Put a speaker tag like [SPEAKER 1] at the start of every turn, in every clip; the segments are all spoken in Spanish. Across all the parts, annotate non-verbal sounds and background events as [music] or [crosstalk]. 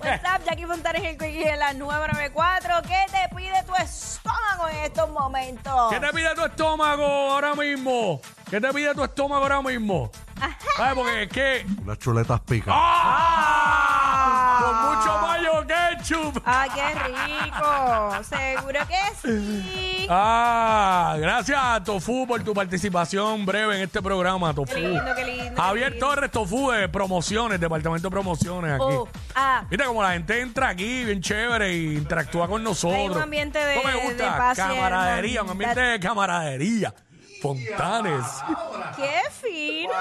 [SPEAKER 1] WhatsApp, Jackie Fontanes el Quickie en la 994. ¿Qué te pide tu estómago en estos momentos?
[SPEAKER 2] ¿Qué te pide tu estómago ahora mismo? ¿Qué te pide tu estómago ahora mismo? ¿Sabes? Porque es que.
[SPEAKER 3] Unas chuletas picas.
[SPEAKER 2] ¡Ah! Con mucho mayo ketchup.
[SPEAKER 1] ¡Ay, qué rico! Seguro que sí.
[SPEAKER 2] Ah, gracias Tofu por tu participación breve en este programa, Tofu.
[SPEAKER 1] Qué lindo, qué lindo, qué
[SPEAKER 2] Javier
[SPEAKER 1] lindo.
[SPEAKER 2] Torres Tofu de promociones, departamento de promociones aquí.
[SPEAKER 1] Oh, ah,
[SPEAKER 2] Viste como la gente entra aquí bien chévere y interactúa con nosotros.
[SPEAKER 1] Hay un ambiente de-
[SPEAKER 2] Eso me
[SPEAKER 1] de
[SPEAKER 2] gusta.
[SPEAKER 1] paz y
[SPEAKER 2] camaradería, un
[SPEAKER 1] hermandad.
[SPEAKER 2] ambiente de camaradería. Fontanes.
[SPEAKER 1] ¡Qué fino!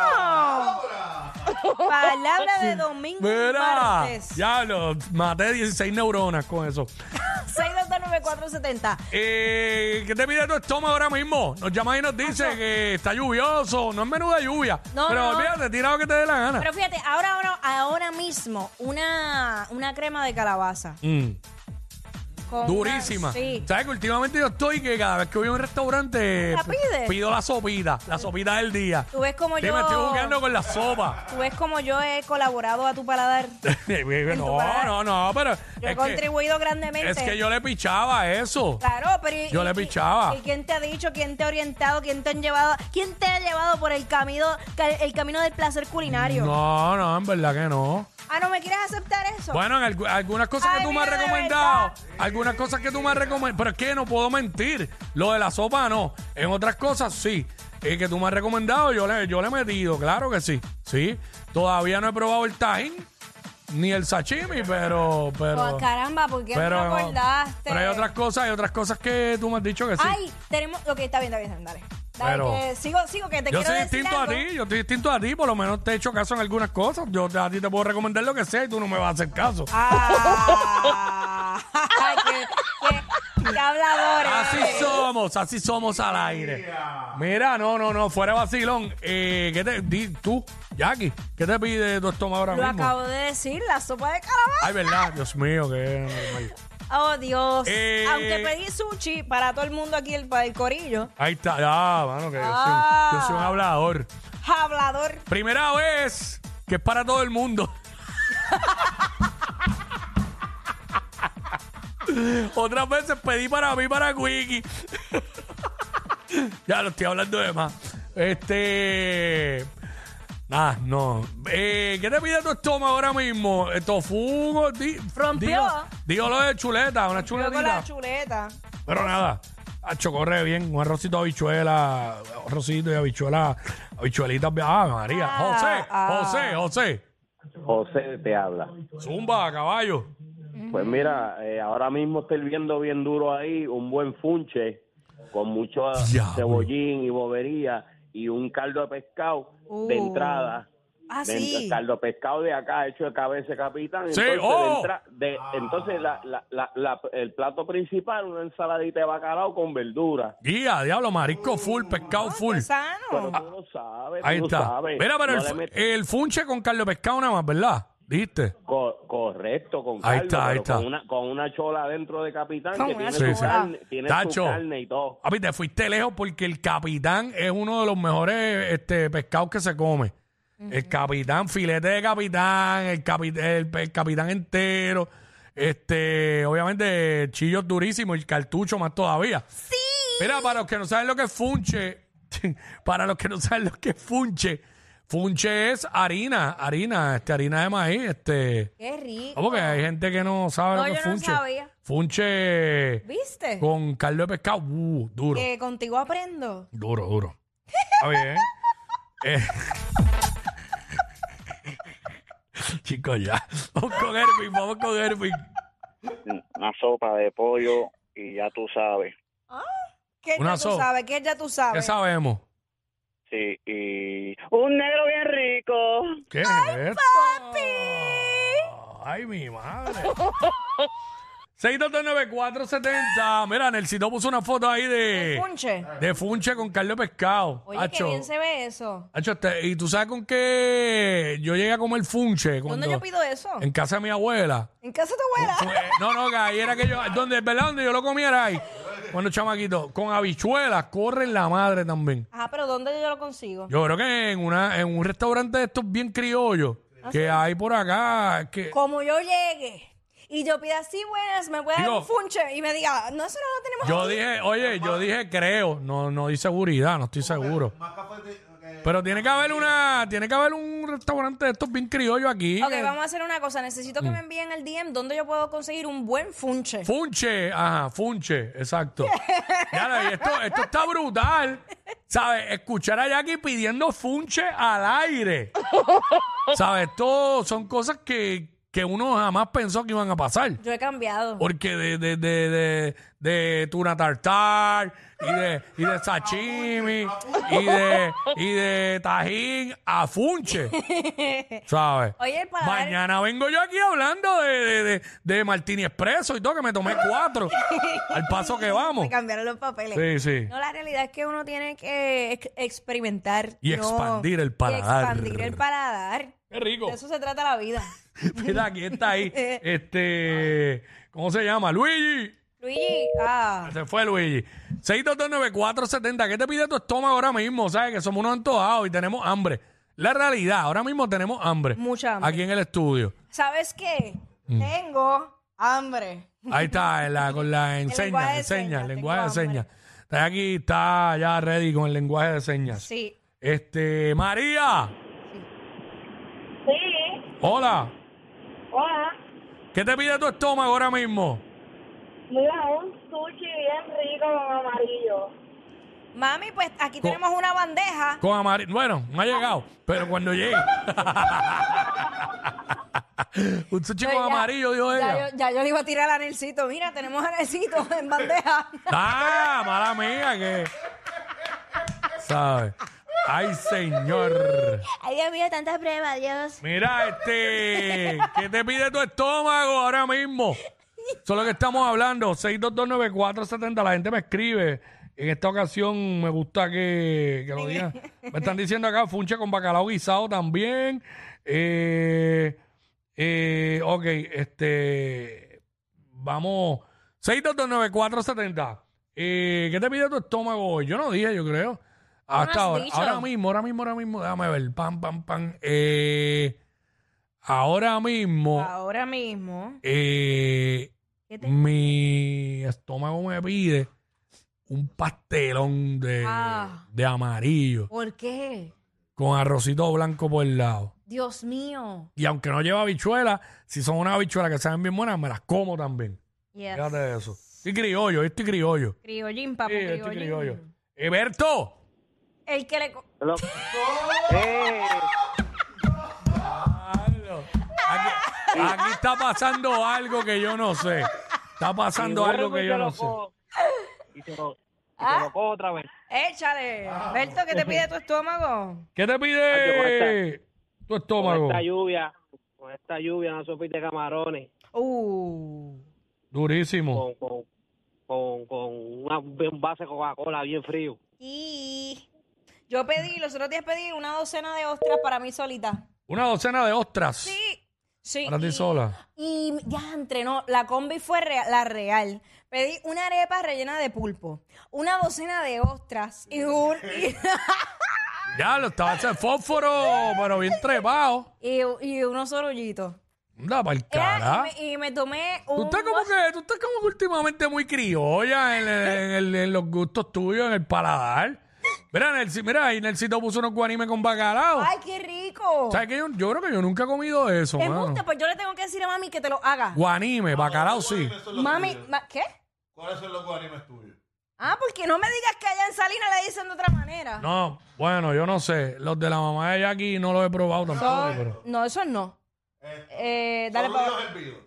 [SPEAKER 1] Palabra de domingo y
[SPEAKER 2] Mira,
[SPEAKER 1] martes.
[SPEAKER 2] ya lo maté 16 neuronas con eso.
[SPEAKER 1] 6229470.
[SPEAKER 2] Eh, ¿Qué te pide tu estómago ahora mismo? Nos llama y nos dice que está lluvioso, no es menuda lluvia.
[SPEAKER 1] No,
[SPEAKER 2] pero
[SPEAKER 1] no, no.
[SPEAKER 2] olvídate, tira lo que te dé la gana.
[SPEAKER 1] Pero fíjate, ahora, ahora, ahora mismo, una, una crema de calabaza.
[SPEAKER 2] Mm,
[SPEAKER 1] con una-
[SPEAKER 2] durísima.
[SPEAKER 1] sí.
[SPEAKER 2] ¿Sabes que últimamente yo estoy que cada vez que voy a un restaurante
[SPEAKER 1] ¿La
[SPEAKER 2] p-
[SPEAKER 1] pides?
[SPEAKER 2] pido la sopita, la sopita del día?
[SPEAKER 1] Tú ves como
[SPEAKER 2] Sí,
[SPEAKER 1] yo.
[SPEAKER 2] me estoy jugando con la sopa.
[SPEAKER 1] Tú ves como yo he colaborado a tu paladar. tu
[SPEAKER 2] [laughs] no,
[SPEAKER 1] paladar.
[SPEAKER 2] no, no, pero
[SPEAKER 1] Yo he
[SPEAKER 2] es que,
[SPEAKER 1] contribuido grandemente.
[SPEAKER 2] es que yo le pichaba eso.
[SPEAKER 1] Claro, pero. y-
[SPEAKER 2] yo
[SPEAKER 1] y-
[SPEAKER 2] le pichaba.
[SPEAKER 1] ¿Y quién te ha dicho? ¿Quién te ha orientado? ¿Quién te han llevado? ¿Quién te ha llevado por el camino, el camino del placer culinario?
[SPEAKER 2] No, no, en verdad que no.
[SPEAKER 1] Ah, ¿no me quieres aceptar eso?
[SPEAKER 2] Bueno, en algu- algunas cosas
[SPEAKER 1] Ay,
[SPEAKER 2] que tú me has
[SPEAKER 1] mira, de
[SPEAKER 2] recomendado,
[SPEAKER 1] verdad.
[SPEAKER 2] algunas cosas que tú me has recomendado, pero es que no puedo mentir. Lo de la sopa no, en otras cosas sí. El que tú me has recomendado, yo le, yo le he metido, claro que sí. Sí, todavía no he probado el tajín ni el sashimi, pero. pero
[SPEAKER 1] Oh, caramba, ¿por qué
[SPEAKER 2] pero,
[SPEAKER 1] no me acordaste?
[SPEAKER 2] pero hay otras cosas, hay otras cosas que tú me has dicho que sí.
[SPEAKER 1] Ay, tenemos. Ok, está bien, está bien, dale. Dale,
[SPEAKER 2] Pero-
[SPEAKER 1] que sigo, sigo, que te
[SPEAKER 2] yo
[SPEAKER 1] quiero
[SPEAKER 2] soy
[SPEAKER 1] decir
[SPEAKER 2] distinto a
[SPEAKER 1] algo.
[SPEAKER 2] ti, yo estoy distinto a ti, por lo menos te he hecho caso en algunas cosas. Yo te- a ti te puedo recomendar lo que sea y tú no me vas a hacer caso.
[SPEAKER 1] Ah, [laughs] que, que, que habladores.
[SPEAKER 2] Así somos, así somos al aire. Mira, no, no, no, fuera de vacilón. Eh, ¿Qué te di tú, Jackie? ¿Qué te pide tu estómago ahora
[SPEAKER 1] Lo
[SPEAKER 2] mismo?
[SPEAKER 1] acabo de decir, la sopa de calabaza.
[SPEAKER 2] Ay, verdad, Dios mío, que normal.
[SPEAKER 1] Oh, Dios.
[SPEAKER 2] Eh.
[SPEAKER 1] Aunque pedí sushi para todo el mundo aquí, el, el corillo.
[SPEAKER 2] Ahí está, ah, mano, que yo soy un-
[SPEAKER 1] Ah.
[SPEAKER 2] yo soy un hablador.
[SPEAKER 1] Hablador.
[SPEAKER 2] Primera vez que es para todo el mundo. Otras veces pedí para mí, para Wiki. ya lo estoy hablando de más. Este. Nada, no. Eh, ¿Qué te pide tu estómago ahora mismo? Eh, Tofu, di,
[SPEAKER 1] Rompió.
[SPEAKER 2] Digo, digo lo de chuleta, una
[SPEAKER 1] Yo con la
[SPEAKER 2] chuletita.
[SPEAKER 1] chuleta.
[SPEAKER 2] Pero nada, acho, corre bien. Un arrocito de habichuela, arrocito y habichuela, habichuelitas. Ah, María.
[SPEAKER 1] Ah,
[SPEAKER 2] José,
[SPEAKER 1] ah.
[SPEAKER 2] José, José.
[SPEAKER 4] José te habla.
[SPEAKER 2] Zumba, caballo.
[SPEAKER 4] Pues mira, eh, ahora mismo estoy viendo bien duro ahí un buen funche con mucho
[SPEAKER 2] Diablo.
[SPEAKER 4] cebollín y bobería y un caldo de pescado de
[SPEAKER 1] Uh.
[SPEAKER 4] entrada.
[SPEAKER 1] Ah,
[SPEAKER 4] De ent-
[SPEAKER 1] sí.
[SPEAKER 4] caldo de pescado de acá hecho de cabeza de capitán.
[SPEAKER 2] Sí,
[SPEAKER 4] entonces,
[SPEAKER 2] oh.
[SPEAKER 4] de entra- de- entonces la- la- la- la- el plato principal, una ensaladita de bacalao con verdura.
[SPEAKER 2] Guía, diablo, marisco full, pescado full.
[SPEAKER 1] Qué sano.
[SPEAKER 4] Pero tú lo sabes, tú
[SPEAKER 2] Ah. Ahí
[SPEAKER 4] lo
[SPEAKER 2] está.
[SPEAKER 4] sabes.
[SPEAKER 2] Mira, pero
[SPEAKER 4] No
[SPEAKER 2] el,
[SPEAKER 4] le
[SPEAKER 2] fu-
[SPEAKER 4] metes-
[SPEAKER 2] el funche con Carlos Pescado nada más, ¿verdad? ¿Viste?
[SPEAKER 4] Co- correcto, con
[SPEAKER 2] Ahí
[SPEAKER 4] caldo,
[SPEAKER 2] está, ahí
[SPEAKER 4] pero
[SPEAKER 2] está.
[SPEAKER 4] Con, una, con una chola dentro de capitán
[SPEAKER 1] Con
[SPEAKER 4] que
[SPEAKER 1] una
[SPEAKER 4] tiene, su,
[SPEAKER 2] chola.
[SPEAKER 4] carne, tiene su
[SPEAKER 2] Tacho.
[SPEAKER 4] carne y todo.
[SPEAKER 2] Papi, te fuiste lejos porque el capitán es uno de los mejores este, pescados que se come. El capitán, filete de capitán, el, capi- el, el capitán entero. Este, obviamente, chillos durísimos, el cartucho más todavía. ¡Sí! Mira, para los que no saben lo que es funche, [laughs] para los que no saben lo que es funche, funche es harina, harina, este, harina de maíz, este.
[SPEAKER 1] Qué rico.
[SPEAKER 2] ¿Cómo que hay gente que no sabe
[SPEAKER 1] Oh. No,
[SPEAKER 2] lo que
[SPEAKER 1] yo
[SPEAKER 2] es
[SPEAKER 1] no
[SPEAKER 2] funche?
[SPEAKER 1] sabía.
[SPEAKER 2] Funche
[SPEAKER 1] ¿Viste?
[SPEAKER 2] con caldo de pescado, uh, duro.
[SPEAKER 1] Que contigo aprendo.
[SPEAKER 2] Duro, duro. Está bien. Eh. [laughs] Chicos, ya. Vamos con Erwin, vamos con Erwin.
[SPEAKER 5] una sopa de pollo y ya tú sabes.
[SPEAKER 1] ¿Qué
[SPEAKER 2] Una
[SPEAKER 1] ya tú
[SPEAKER 2] sopa.
[SPEAKER 1] sabes? ¿Qué ya tú
[SPEAKER 2] ¿Qué
[SPEAKER 1] sabes?
[SPEAKER 2] sabemos?
[SPEAKER 5] Sí, y un negro bien rico.
[SPEAKER 2] ¿Qué es esto? ¡Ay, mi madre! 6229470. Mira, Nelsito puso una foto ahí de,
[SPEAKER 1] Punche.
[SPEAKER 2] de Funche con Carlos Pescado.
[SPEAKER 1] Oye, qué
[SPEAKER 2] Acho.
[SPEAKER 1] bien se ve eso.
[SPEAKER 2] Acho, este- y tú sabes con qué yo llegué a comer Funche.
[SPEAKER 1] ¿Dónde
[SPEAKER 2] cuando-
[SPEAKER 1] yo pido eso?
[SPEAKER 2] En casa de mi abuela.
[SPEAKER 1] ¿En casa de tu abuela?
[SPEAKER 2] Fue- No, no, que ahí era que yo, donde, ¿verdad? Donde yo lo comiera ahí. Bueno, chamaquito, con habichuelas, corren la madre también.
[SPEAKER 1] Ajá, Ah, pero ¿dónde yo lo consigo?
[SPEAKER 2] Yo creo que en una,
[SPEAKER 1] ¿Ah,
[SPEAKER 2] en un restaurante de estos bien criollos que hay por acá, que
[SPEAKER 1] Como yo llegue. y yo pida así, buenas, me puede dar
[SPEAKER 2] Digo-
[SPEAKER 1] un funche y me diga, no, eso no lo tenemos
[SPEAKER 2] Yo
[SPEAKER 1] aquí.
[SPEAKER 2] dije, oye, yo dije creo, no, no di seguridad, no estoy seguro. Pero tiene que haber una, tiene que haber un restaurante de estos bien criollo aquí.
[SPEAKER 1] Ok,
[SPEAKER 2] eh,
[SPEAKER 1] vamos a hacer una cosa. Necesito
[SPEAKER 2] Mm.
[SPEAKER 1] que me envíen el DM donde yo puedo conseguir un buen funche.
[SPEAKER 2] Funche, ajá, funche, exacto. Claro, y esto, esto está brutal. ¿Sabes? Escuchar a Jackie pidiendo funche al aire. ¿Sabes? Esto son cosas que, que uno jamás pensó que iban a pasar.
[SPEAKER 1] Yo he cambiado.
[SPEAKER 2] Porque de, de, de, de, de tuna tartar y de, y de sashimi y de, y de tajín a
[SPEAKER 1] [laughs]
[SPEAKER 2] funche. ¿Sabes?
[SPEAKER 1] Oye, el paladar-
[SPEAKER 2] Mañana vengo yo aquí hablando de, de, de, de Martini Expreso y todo, que me tomé
[SPEAKER 1] [laughs]
[SPEAKER 2] cuatro. al paso que vamos.
[SPEAKER 1] Me cambiaron los papeles.
[SPEAKER 2] Sí, sí.
[SPEAKER 1] No, la realidad es que uno tiene que ex- experimentar. no-
[SPEAKER 2] Y expandir el paladar.
[SPEAKER 1] Y expandir el paladar.
[SPEAKER 2] Qué rico.
[SPEAKER 1] De eso se trata la vida.
[SPEAKER 2] Mira, aquí está
[SPEAKER 1] [laughs]
[SPEAKER 2] ahí. Este. ¿Cómo se llama? Luigi.
[SPEAKER 1] Luigi, ah,
[SPEAKER 2] Se fue Luigi. 6229470. ¿Qué te pide tu estómago ahora mismo? ¿Sabes? Que somos unos antojados y tenemos hambre. La realidad, ahora mismo tenemos hambre.
[SPEAKER 1] Mucha hambre.
[SPEAKER 2] Aquí en el estudio.
[SPEAKER 1] ¿sabes qué?
[SPEAKER 2] Mm.
[SPEAKER 1] Tengo hambre.
[SPEAKER 2] Ahí está, en la- con
[SPEAKER 1] [laughs]
[SPEAKER 2] la enseña,
[SPEAKER 1] lenguaje de
[SPEAKER 2] enseña,
[SPEAKER 1] señas,
[SPEAKER 2] el lenguaje de
[SPEAKER 1] tengo hambre.
[SPEAKER 2] señas. Está aquí, está ya ready con el lenguaje de señas.
[SPEAKER 1] Sí.
[SPEAKER 2] Este, María.
[SPEAKER 3] Sí,
[SPEAKER 2] Hola.
[SPEAKER 3] hola.
[SPEAKER 2] ¿Qué te pide tu estómago ahora mismo?
[SPEAKER 3] Mira, un sushi bien rico con amarillo.
[SPEAKER 1] Mami, pues aquí
[SPEAKER 2] Co-
[SPEAKER 1] tenemos una bandeja.
[SPEAKER 2] Con amarillo. Bueno, no ha llegado, pero cuando llegue.
[SPEAKER 1] [laughs]
[SPEAKER 2] Un sushi
[SPEAKER 1] Pues
[SPEAKER 2] con
[SPEAKER 1] ya-
[SPEAKER 2] amarillo, dijo
[SPEAKER 1] Ya
[SPEAKER 2] ella.
[SPEAKER 1] yo, ya yo le iba a tirar a Nelsito. Mira, tenemos a Nelsito en bandeja.
[SPEAKER 2] Ah, mala mía que. ¿Sabes? Ay, señor.
[SPEAKER 1] [laughs] Ay, Dios mío, tantas pruebas, Dios.
[SPEAKER 2] Mira, este. ¿Qué te pide tu estómago ahora mismo? Eso es lo que estamos hablando. 6229470. La gente me escribe. En esta ocasión me gusta que, que
[SPEAKER 1] [laughs]
[SPEAKER 2] lo digan. Me están diciendo acá funche con bacalao guisado también. Eh, eh, ok, este. Vamos. 6229470. Eh, ¿Qué te pide tu estómago hoy? Yo no dije, yo creo. Hasta
[SPEAKER 1] has
[SPEAKER 2] ahora.
[SPEAKER 1] dicho.
[SPEAKER 2] Ahora mismo, ahora mismo, ahora mismo. Déjame ver. Pam, pam, pam. Eh, ahora mismo,
[SPEAKER 1] Ahora mismo.
[SPEAKER 2] eh,
[SPEAKER 1] ¿Qué te-
[SPEAKER 2] mi estómago me pide un pastelón de,
[SPEAKER 1] Ah.
[SPEAKER 2] de amarillo
[SPEAKER 1] ¿Por qué?
[SPEAKER 2] con arrocito blanco por el lado.
[SPEAKER 1] Dios mío.
[SPEAKER 2] Y aunque no lleva habichuelas, si son unas habichuelas que saben bien buenas, me las como también.
[SPEAKER 1] Yes. Ah,
[SPEAKER 2] Fíjate eso. Estoy criollo, yo estoy criollo.
[SPEAKER 1] Criollín, papu,
[SPEAKER 2] Sí, yo estoy
[SPEAKER 1] criollín.
[SPEAKER 2] criollo. ¡Eberto!
[SPEAKER 1] El que le... co-
[SPEAKER 4] Lo-
[SPEAKER 5] [laughs] Eh,
[SPEAKER 2] Pablo, Aquí, aquí está pasando algo que yo no sé. Está pasando algo
[SPEAKER 5] pues
[SPEAKER 2] que pues, yo no sé.
[SPEAKER 5] Y te lo,
[SPEAKER 1] Ah. lo
[SPEAKER 5] cojo otra vez.
[SPEAKER 1] Échale.
[SPEAKER 2] Ah.
[SPEAKER 1] Berto, ¿qué te pide tu estómago?
[SPEAKER 2] ¿Qué te pide tu estómago?
[SPEAKER 5] lluvia, con esta lluvia, una sopita de camarones,
[SPEAKER 1] Uh.
[SPEAKER 2] Durísimo.
[SPEAKER 5] con, con, con una, un base de Coca-Cola bien frío.
[SPEAKER 1] Y... Yo pedí, los otros días pedí una docena de ostras para mí solita.
[SPEAKER 2] Una docena de ostras
[SPEAKER 1] Sí. Sí.
[SPEAKER 2] para ti
[SPEAKER 1] y-
[SPEAKER 2] sola.
[SPEAKER 1] Y ya entrenó, la combi fue rea- la real. Pedí una arepa rellena de pulpo, una docena de ostras y un, y,
[SPEAKER 2] Ya lo estaba ese fósforo, pero bien trepado.
[SPEAKER 1] y- [laughs] y unos orullitos.
[SPEAKER 2] Anda para el
[SPEAKER 1] Era-
[SPEAKER 2] cara.
[SPEAKER 1] y, Eh, me, y me tomé
[SPEAKER 2] Tú
[SPEAKER 1] un...
[SPEAKER 2] estás como que, tú estás como que últimamente muy criolla en, el- en el- en los gustos tuyos, en el paladar. Mira, Nelsi, mira, ahí Nelsito puso unos guanimes con bacalao.
[SPEAKER 1] ¡Ay, qué rico!
[SPEAKER 2] ¿Sabes qué? Yo, yo creo que yo nunca he comido eso,
[SPEAKER 1] ¿Te
[SPEAKER 2] mano.
[SPEAKER 1] gusta? Pues yo le tengo que decir a mami que te lo haga.
[SPEAKER 2] Guanime, bacalao sí.
[SPEAKER 1] Mami, ma- ¿qué?
[SPEAKER 6] ¿Cuáles son los guarimes tuyos?
[SPEAKER 1] Ah, porque no me digas que allá en Salinas le dicen de otra manera.
[SPEAKER 2] No, bueno, yo no sé. Los de la mamá de Jackie no los he probado tampoco. pero-
[SPEAKER 1] No, eso no. Eh, dale
[SPEAKER 6] Son los
[SPEAKER 1] para
[SPEAKER 6] hervidos.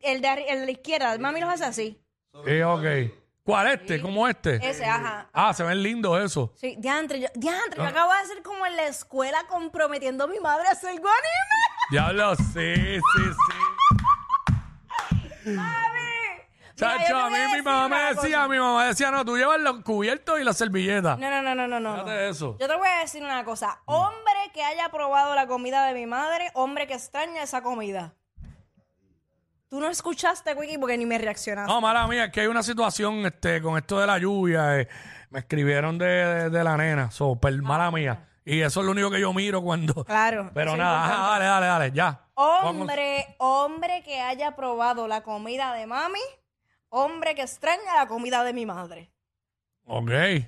[SPEAKER 1] el de, arri- el de la izquierda, mami los hace así.
[SPEAKER 2] Eh, ok. ¿Cuál este? ¿Cómo este?
[SPEAKER 1] Ese, ajá.
[SPEAKER 2] Ah, se ven lindos esos.
[SPEAKER 1] Sí, diantre, yo, diantre,
[SPEAKER 2] Ah.
[SPEAKER 1] yo acabo de hacer como en la escuela comprometiendo a mi madre a hacer guanime.
[SPEAKER 2] Diablo, sí, sí, sí.
[SPEAKER 1] ¡Mami! Mira, yo te
[SPEAKER 2] Chacho, a
[SPEAKER 1] voy
[SPEAKER 2] mí
[SPEAKER 1] a
[SPEAKER 2] mi
[SPEAKER 1] decir
[SPEAKER 2] mamá
[SPEAKER 1] una
[SPEAKER 2] me decía,
[SPEAKER 1] cosa.
[SPEAKER 2] mi mamá decía, no, tú llevas los cubiertos y la servilleta.
[SPEAKER 1] No, no, no, no, no, no.
[SPEAKER 2] Fíjate eso.
[SPEAKER 1] Yo te voy a decir una cosa. Hombre que haya probado la comida de mi madre, hombre que extraña esa comida. Tú no escuchaste, Wiki, porque ni me reaccionaste.
[SPEAKER 2] No, mala mía, es que hay una situación este, con esto de la lluvia. eh, me escribieron de, de- de la nena, so, per- mala mía. Y Y eso es lo único que yo miro cuando.
[SPEAKER 1] Ah, Claro.
[SPEAKER 2] [laughs] Pero
[SPEAKER 1] eso es
[SPEAKER 2] nada,
[SPEAKER 1] importante.
[SPEAKER 2] ajá, dale, dale, dale, ya.
[SPEAKER 1] Hombre, hombre que haya probado la comida de mami, hombre que extraña la comida de mi madre.
[SPEAKER 2] Vamos- Ok.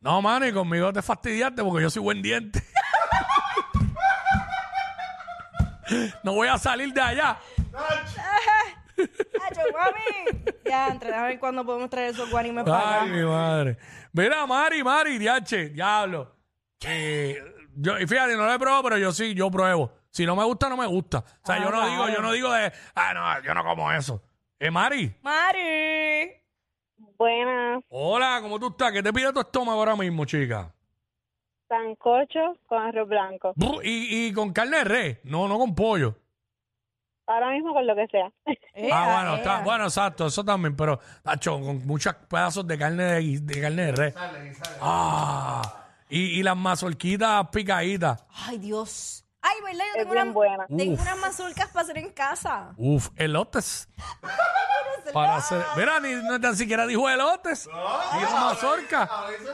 [SPEAKER 2] No, mano, y conmigo te fastidiaste porque yo soy buen diente. [laughs] no voy a salir de allá.
[SPEAKER 1] ¡Hacho, mami! Ya, entre a ver cuándo podemos traer esos guarimes para
[SPEAKER 2] Ay,
[SPEAKER 1] acá.
[SPEAKER 2] mi madre. Mira, Mari, Mari, diache, diablo. Eh, yo, y fíjate, no le pruebo, pero yo sí, yo pruebo. Si no me gusta, no me gusta. O sea,
[SPEAKER 1] Ah,
[SPEAKER 2] yo no
[SPEAKER 1] claro.
[SPEAKER 2] digo, yo no digo de, ah, no, yo no como eso. Eh, Mari,
[SPEAKER 1] ¡Mari!
[SPEAKER 3] Buenas,
[SPEAKER 2] hola, ¿cómo tú estás? ¿Qué te pide tu estómago ahora mismo, chica?
[SPEAKER 3] sancocho con arroz blanco.
[SPEAKER 2] Brr, Y, y con carne de res, no, no con pollo.
[SPEAKER 3] Ahora mismo con lo que sea.
[SPEAKER 2] ah,
[SPEAKER 1] Ea,
[SPEAKER 2] bueno, está,
[SPEAKER 1] ea.
[SPEAKER 2] bueno, exacto, eso también, pero, tacho, con muchos pedazos de carne de, gui- de carne de res. Ah, y, y las mazorquitas picaditas.
[SPEAKER 1] Ay, Dios. Ay, ¿verdad? Yo
[SPEAKER 3] Es
[SPEAKER 1] tengo,
[SPEAKER 3] bien
[SPEAKER 1] una-
[SPEAKER 3] buena.
[SPEAKER 1] tengo
[SPEAKER 2] Uf.
[SPEAKER 1] unas mazurcas para hacer en casa.
[SPEAKER 2] Uf, elotes. Para hacer. Mira, ni, no tan siquiera dijo elotes. dijo mazorca.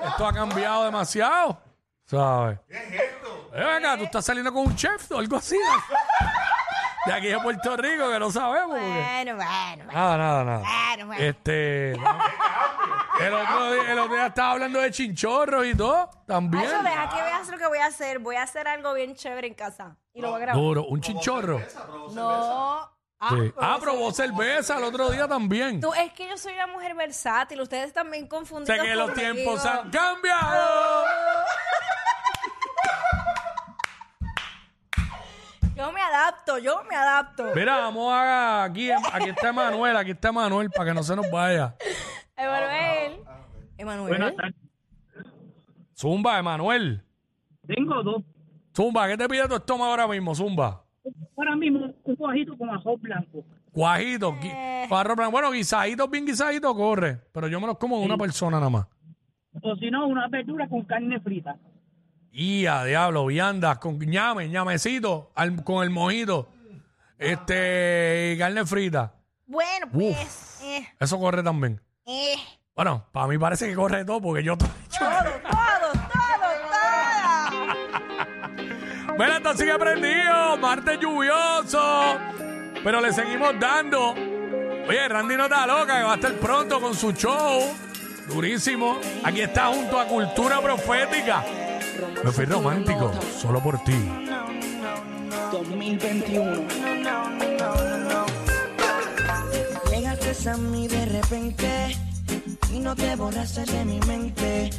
[SPEAKER 2] Esto ha cambiado demasiado. ¿Sabes? ¿Qué es esto? venga, tú estás saliendo con un chef o algo así. de aquí de Puerto Rico, que no sabemos. porque-
[SPEAKER 1] Bueno, bueno, bueno.
[SPEAKER 2] Nada, nada, nada.
[SPEAKER 1] Bueno, bueno.
[SPEAKER 2] Este. el, otro día, el otro día estaba hablando de chinchorros y todo. También.
[SPEAKER 1] Hacho, deja que veas lo que voy a hacer. Voy a hacer algo bien chévere en casa. Y lo voy a grabar.
[SPEAKER 2] Ah, Duro, un chinchorro.
[SPEAKER 1] No. Ah,
[SPEAKER 2] Sí.
[SPEAKER 1] pero
[SPEAKER 2] Ah,
[SPEAKER 1] eso-
[SPEAKER 2] probó cerveza el otro día también.
[SPEAKER 1] Tú, es que yo soy una mujer versátil. Ustedes también
[SPEAKER 2] Sé
[SPEAKER 1] confundidos
[SPEAKER 2] que los
[SPEAKER 1] conmigo.
[SPEAKER 2] tiempos han cambiado.
[SPEAKER 1] Yo me adapto, yo me adapto.
[SPEAKER 2] Mira, vamos a aquí, aquí está Manuel, aquí está Manuel para que no se nos vaya.
[SPEAKER 1] Emanuel. Emanuel.
[SPEAKER 2] Zumba, Emanuel.
[SPEAKER 7] Tengo dos.
[SPEAKER 2] Zumba, ¿qué te pide tu estómago ahora mismo, Zumba?
[SPEAKER 7] Ahora mismo, un cuajito con ajo blanco.
[SPEAKER 2] Cuajito, gui- farro blanco. bueno, guisaditos, bien guisaditos, corre, pero yo me los como de una persona nada más.
[SPEAKER 7] O si no, una verdura con carne frita.
[SPEAKER 2] Y a diablo, viandas con ñame, ñamecito, al- con el mojito, este, y carne frita.
[SPEAKER 1] Bueno, pues. eh,
[SPEAKER 2] Eso corre también.
[SPEAKER 1] eh.
[SPEAKER 2] Bueno, para mí parece que corre todo porque yo... [laughs]
[SPEAKER 1] Todo, todo, todo, todo.
[SPEAKER 2] Mira, esto sigue prendido, martes lluvioso, pero le seguimos dando. Oye, Randy no está loca, que va a estar pronto con su show. Durísimo. Aquí está junto a Cultura Profética. Me fui romántico, solo por ti.
[SPEAKER 7] 2021.
[SPEAKER 8] Llegaste a mí de repente y no te borraste de mi mente.